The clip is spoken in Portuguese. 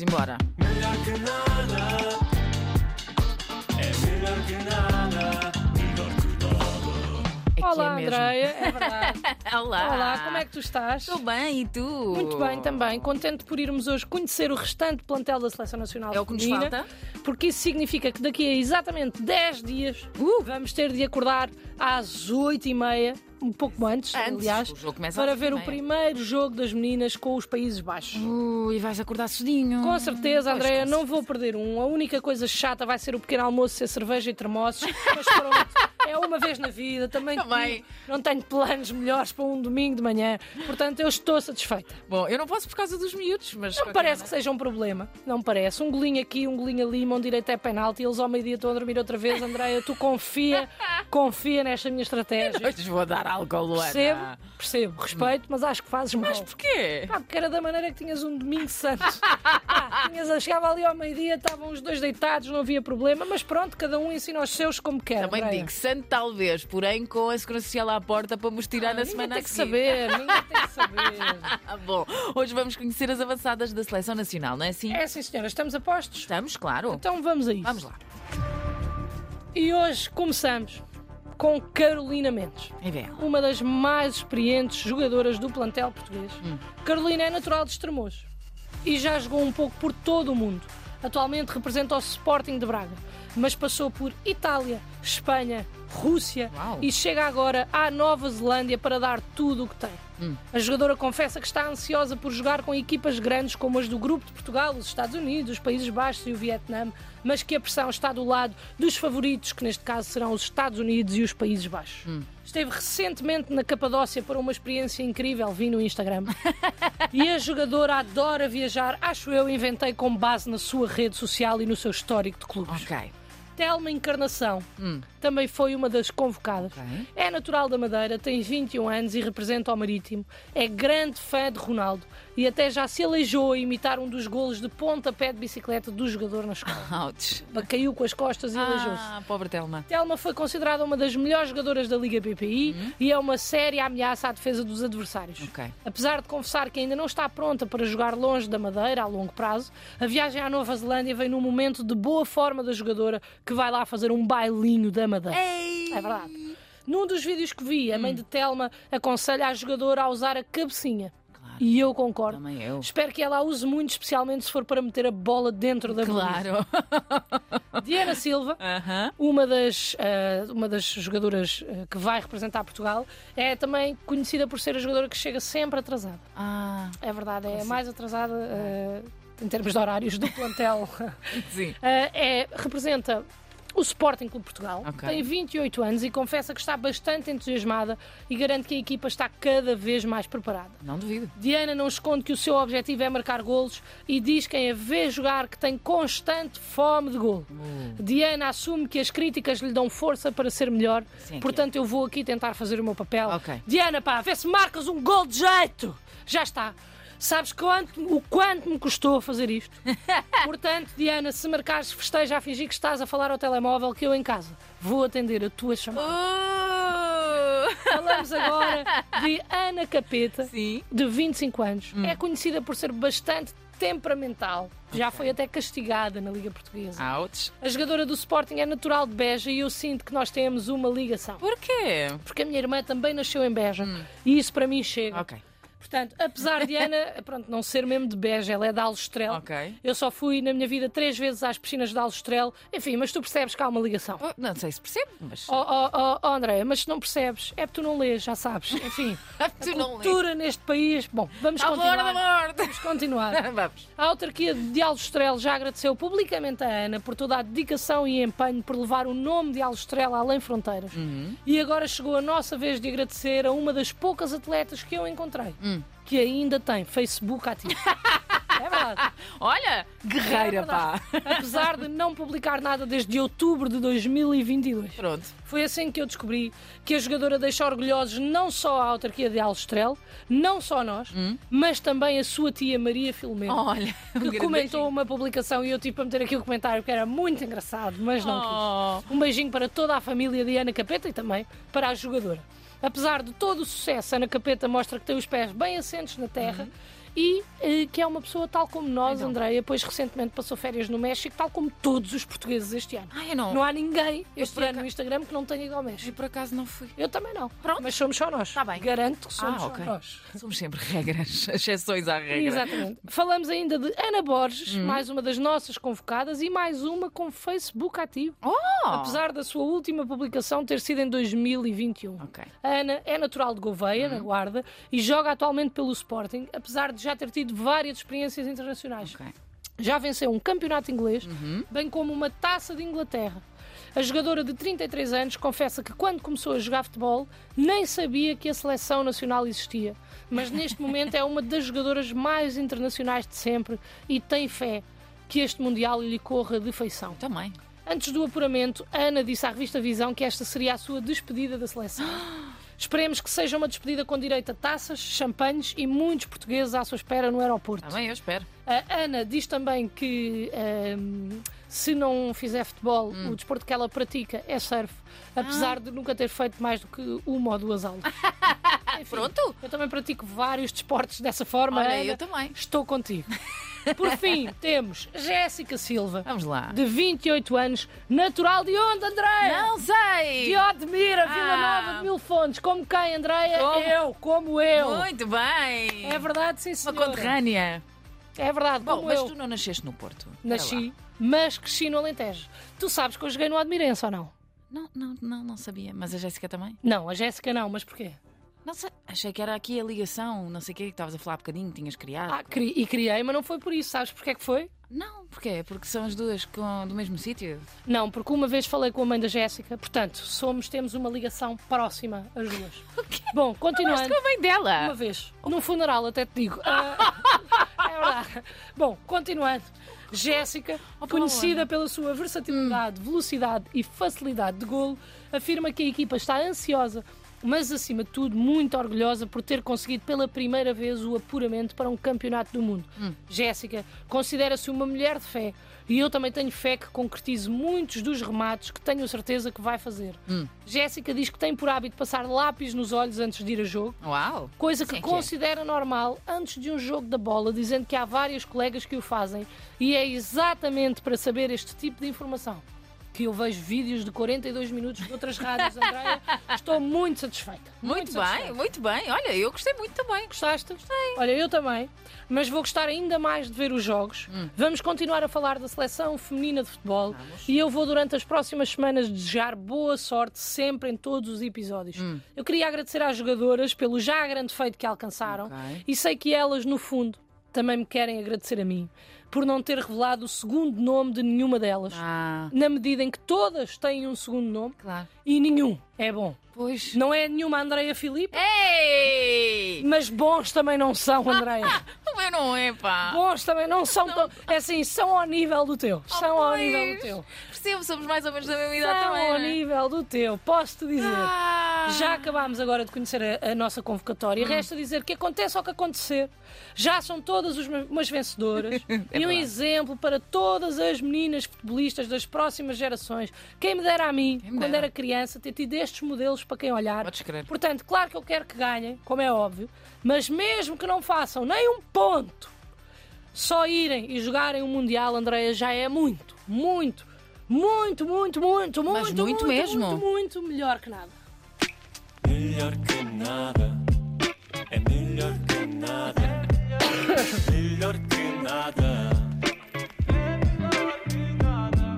embora. Melhor que nada. É melhor que nada. Melhor que nada. É que Olá, é Ah. mesmo. Andreia, é verdade. Olá. Olá, como é que tu estás? Estou bem, e tu? Muito bem também. Contente por irmos hoje conhecer o restante plantel da Seleção Nacional É o que nos Feminina, falta. Porque isso significa que daqui a exatamente 10 dias Uh! vamos ter de acordar às 8h30, um pouco antes, Antes, aliás, o jogo começa para às ver o 8h30. primeiro jogo das meninas com os Países Baixos. Ui, vais acordar cedinho. Com certeza, Hum, Pois, Andréia, com não vou perder um. A única coisa chata vai ser o pequeno almoço, ser cerveja e termossos. Mas pronto, é uma vez na vida. Também, te Também. digo, não tenho planos melhores para um domingo de manhã. Portanto, eu estou satisfeita. Bom, eu não posso por causa dos miúdos, mas. Não parece que seja um problema. Não parece. Um golinho aqui, um golinho ali, mão direita é penalti. Eles ao meio-dia estão a dormir outra vez. Andréia, tu confia, confia nesta minha estratégia. Hoje vou dar algo ao Luana. Percebo, percebo, respeito, mas acho que fazes mal. é Mas porquê? Pá, porque era da maneira que tinhas um domingo santo. Pá, tinhas, a- chegava ali ao meio-dia, estavam os dois deitados, não havia problema, mas pronto, cada um ensina os seus como quer. Também Andreia. digo, santo talvez, porém com a segurança social à porta para nos tirar na Ah, Ninguém semana tem que a seguir. saber, ninguém tem que saber. Ah, bom, hoje vamos conhecer as avançadas da Seleção Nacional, não é assim? É sim, senhora, estamos a postos? Estamos, claro. Então vamos a isso. Vamos lá. E hoje começamos com Carolina Mendes. É bela. Uma das mais experientes jogadoras do plantel português, Carolina é natural de Estremoz e já jogou um pouco por todo o mundo. Atualmente representa o Sporting de Braga, mas passou por Itália, Espanha, Rússia Uau. e chega agora à Nova Zelândia para dar tudo o que tem. A jogadora confessa que está ansiosa por jogar com equipas grandes como as do Grupo de Portugal, os Estados Unidos, os Países Baixos e o Vietnã, mas que a pressão está do lado dos favoritos, que neste caso serão os Estados Unidos e os Países Baixos. Esteve recentemente na Capadócia para uma experiência incrível, vi no Instagram. E a jogadora adora viajar, acho eu, inventei com base na sua rede social e no seu histórico de clubes. Ok. Hum. Telma Encarnação também foi uma das convocadas. Ok. É natural da Madeira, tem 21 anos e representa o Marítimo. É grande fã de Ronaldo e até já se aleijou a imitar um dos golos de pontapé de bicicleta do jogador na escola. Ouch. Caiu com as costas e aleijou-se. Ah, pobre Telma. Telma foi considerada uma das melhores jogadoras da Liga BPI e é uma séria ameaça à defesa dos adversários. Uhum. Ok. Apesar de confessar que ainda não está pronta para jogar longe da Madeira a longo prazo, a viagem à Nova Zelândia vem num momento de boa forma da jogadora que vai lá fazer um bailinho da Madeira. Ei! Hum. É verdade. Num dos vídeos que vi, a mãe de Telma aconselha a jogadora a usar a cabecinha. Claro. E eu concordo. Também eu. Espero que ela a use muito, especialmente se for para meter a bola dentro da baliza. Claro. Diana Silva, Aham. uma das, ah, uma das jogadoras ah, que vai representar Portugal, é também conhecida por ser a jogadora que chega sempre atrasada. Ah, É verdade, é a mais atrasada ah, em termos de horários do plantel. sim. Ah, é, representa o Sporting Clube Portugal, Ok. tem 28 anos e confessa que está bastante entusiasmada e garante que a equipa está cada vez mais preparada. Não duvido. Diana não esconde que o seu objetivo é marcar golos e diz quem a vê jogar que tem constante fome de golo. Hum. Diana assume que as críticas lhe dão força para ser melhor, Sim, é que portanto eu vou aqui tentar fazer o meu papel. Ok. Diana, pá, vê se marcas um gol de jeito! Já está. Sabes quanto, o quanto me custou fazer isto? Portanto, Diana, se marcares, festeja a fingir que estás a falar ao telemóvel que eu em casa vou atender a tua chamada. Oh! Falamos agora de Ana Capeta Sim. de 25 anos. Hum. É conhecida por ser bastante temperamental. Já foi até castigada na Liga Ah. Portuguesa. Ouch. A jogadora do Sporting é natural de Beja e eu sinto que nós temos uma ligação. Porquê? Porque a minha irmã também nasceu em Beja e isso para mim chega. Hum. Ok. Portanto, apesar de Ana pronto, não ser mesmo de Beja, ela é de Alustrel. Ok. Eu só fui na minha vida três vezes às piscinas de Alustrel. Enfim, mas tu percebes que há uma ligação. Oh, não sei se percebo, mas. Oh, oh, oh, oh Andréia, mas se não percebes, é porque tu não lês, já sabes. Enfim, tu não lês. Tá cultura neste país. Bom, vamos À continuar. hora da morte! Vamos continuar. Vamos. A autarquia de Alustrel já agradeceu publicamente a Ana por toda a dedicação e empenho por levar o nome de Alustrel além fronteiras. E agora chegou a nossa vez de agradecer a uma das poucas atletas que eu encontrei, que ainda tem Facebook ativo. É verdade. Olha, guerreira, É pá. verdade. Apesar de não publicar nada desde outubro de 2022. Pronto. Foi assim que eu descobri que a jogadora deixa orgulhosos não só a autarquia de Alustrel, não só nós, mas também a sua tia Maria Filomena Olha, um que grande comentou uma publicação e eu tive para meter aqui o comentário que era muito engraçado, mas não beijinho. quis. Um beijinho para toda a família de Ana Capeta e também para a jogadora. Apesar de todo o sucesso, Ana Capeta mostra que tem os pés bem assentes na terra e eh, que é uma pessoa tal como nós, Uhum. Então. Andreia, pois recentemente passou férias no México, tal como todos os portugueses este ano. Ai, eu não. Não há ninguém este por ano aca- no Instagram que não tenha ido ao Eu México. por acaso não fui. Eu também não. Pronto. Mas somos só nós. Tá bem. Garanto que somos Ah, ok. só nós. Somos sempre regras, exceções à regra. Hum. Exatamente. Falamos ainda de Ana Borges, mais uma das nossas convocadas e mais uma com Facebook ativo, Oh! apesar da sua última publicação ter sido em 2021. Ok. A Ana é natural de Gouveia, na Guarda, e joga atualmente pelo Sporting, apesar de já ter tido várias experiências internacionais. Ok. Já venceu um campeonato inglês, bem como uma taça de Inglaterra. A jogadora de 33 anos confessa que quando começou a jogar futebol nem sabia que a seleção nacional existia, mas neste momento é uma das jogadoras mais internacionais de sempre e tem fé que este Mundial lhe corra de feição. Também. Antes do apuramento, a Ana disse à revista Visão que esta seria a sua despedida da seleção. Esperemos que seja uma despedida com direito a taças, champanhes e muitos portugueses à sua espera no aeroporto. Também eu espero. A Ana diz também que ahm, se não fizer futebol, Hum. o desporto que ela pratica é surf, Ah. apesar de nunca ter feito mais do que uma ou duas aulas. Enfim, Pronto. Eu também pratico vários desportos dessa forma. Olha, Ana, eu também. Estou contigo. Por fim, temos Jéssica Silva, Vamos lá. de 28 anos, natural de onde, Andréia? Não sei! De Odmira, Vila Ah. Nova de Mil Fontes. Como quem, Andréia? Como? Eu, como eu. Muito bem! É verdade, sim, Uma senhora. conterrânea. É verdade, Bom, como mas eu. tu não nasceste no Porto. Espera lá. Nasci, mas cresci no Alentejo. Tu sabes que eu joguei no Admirense ou não? Não, não, não, não sabia. Mas a Jéssica também? Não, a Jéssica não, mas porquê? Não sei. Achei que era aqui a ligação, não sei o que, que estavas a falar há bocadinho, tinhas criado. Ah, cri- e criei, mas não foi por isso, sabes porquê que foi? Não, porquê? Porque são as duas com- do mesmo sítio? Não, porque uma vez falei com a mãe da Jéssica, portanto, somos, temos uma ligação próxima as duas. Bom, Mas continuando. com a mãe dela! Uma vez, num funeral, até te digo. Ah, é verdade. Bom, continuando. Jéssica, conhecida pela sua versatilidade, velocidade e facilidade de golo, afirma que a equipa está ansiosa, mas acima de tudo muito orgulhosa por ter conseguido pela primeira vez o apuramento para um campeonato do mundo. Jéssica considera-se uma mulher de fé e eu também tenho fé que concretize muitos dos remates que tenho certeza que vai fazer. Jéssica diz que tem por hábito passar lápis nos olhos antes de ir a jogo Uau! coisa Sim, que que é. considera normal antes de um jogo da bola, dizendo que há vários colegas que o fazem e é exatamente para saber este tipo de informação que eu vejo vídeos de 42 minutos de outras rádios, Andréia. Estou muito satisfeita. Muito, satisfeita. bem, muito bem. Olha, eu gostei muito também. Gostaste? Gostei. Olha, eu também, mas vou gostar ainda mais de ver os jogos. Hum. Vamos continuar a falar da seleção feminina de futebol e eu vou, durante as próximas semanas, desejar boa sorte sempre em todos os episódios. Hum. Eu queria agradecer às jogadoras pelo já grande feito que alcançaram Ok. e sei que elas, no fundo, também me querem agradecer a mim por não ter revelado o segundo nome de nenhuma delas, Ah, na medida em que todas têm um segundo nome claro. e nenhum é bom. Pois. Não é nenhuma Andreia Filipe, Ei! mas bons também não são, Andreia. O meu não é, pá! bons também não são tão. É assim, são ao nível do teu. Oh, são ao pois. nível do teu. Percebo, somos mais ou menos da mesma idade São também. ao não é? nível do teu, posso-te dizer. Ah! Já acabámos agora de conhecer a, a nossa Hum. convocatória. Resta dizer que acontece ao que acontecer. Já são todas os- umas vencedoras e um É verdade. exemplo para todas as meninas futebolistas das próximas gerações. Quem me dera a mim, me quando dera. era criança, ter tido estes modelos para quem olhar. Podes crer. Portanto, claro que eu quero que ganhem, como é óbvio, mas mesmo que não façam nem um ponto, só irem e jogarem o Mundial, Andreia, já é muito, muito, muito, muito, muito, muito, Mas muito mesmo. muito, muito melhor que nada. Melhor que nada. É melhor que nada.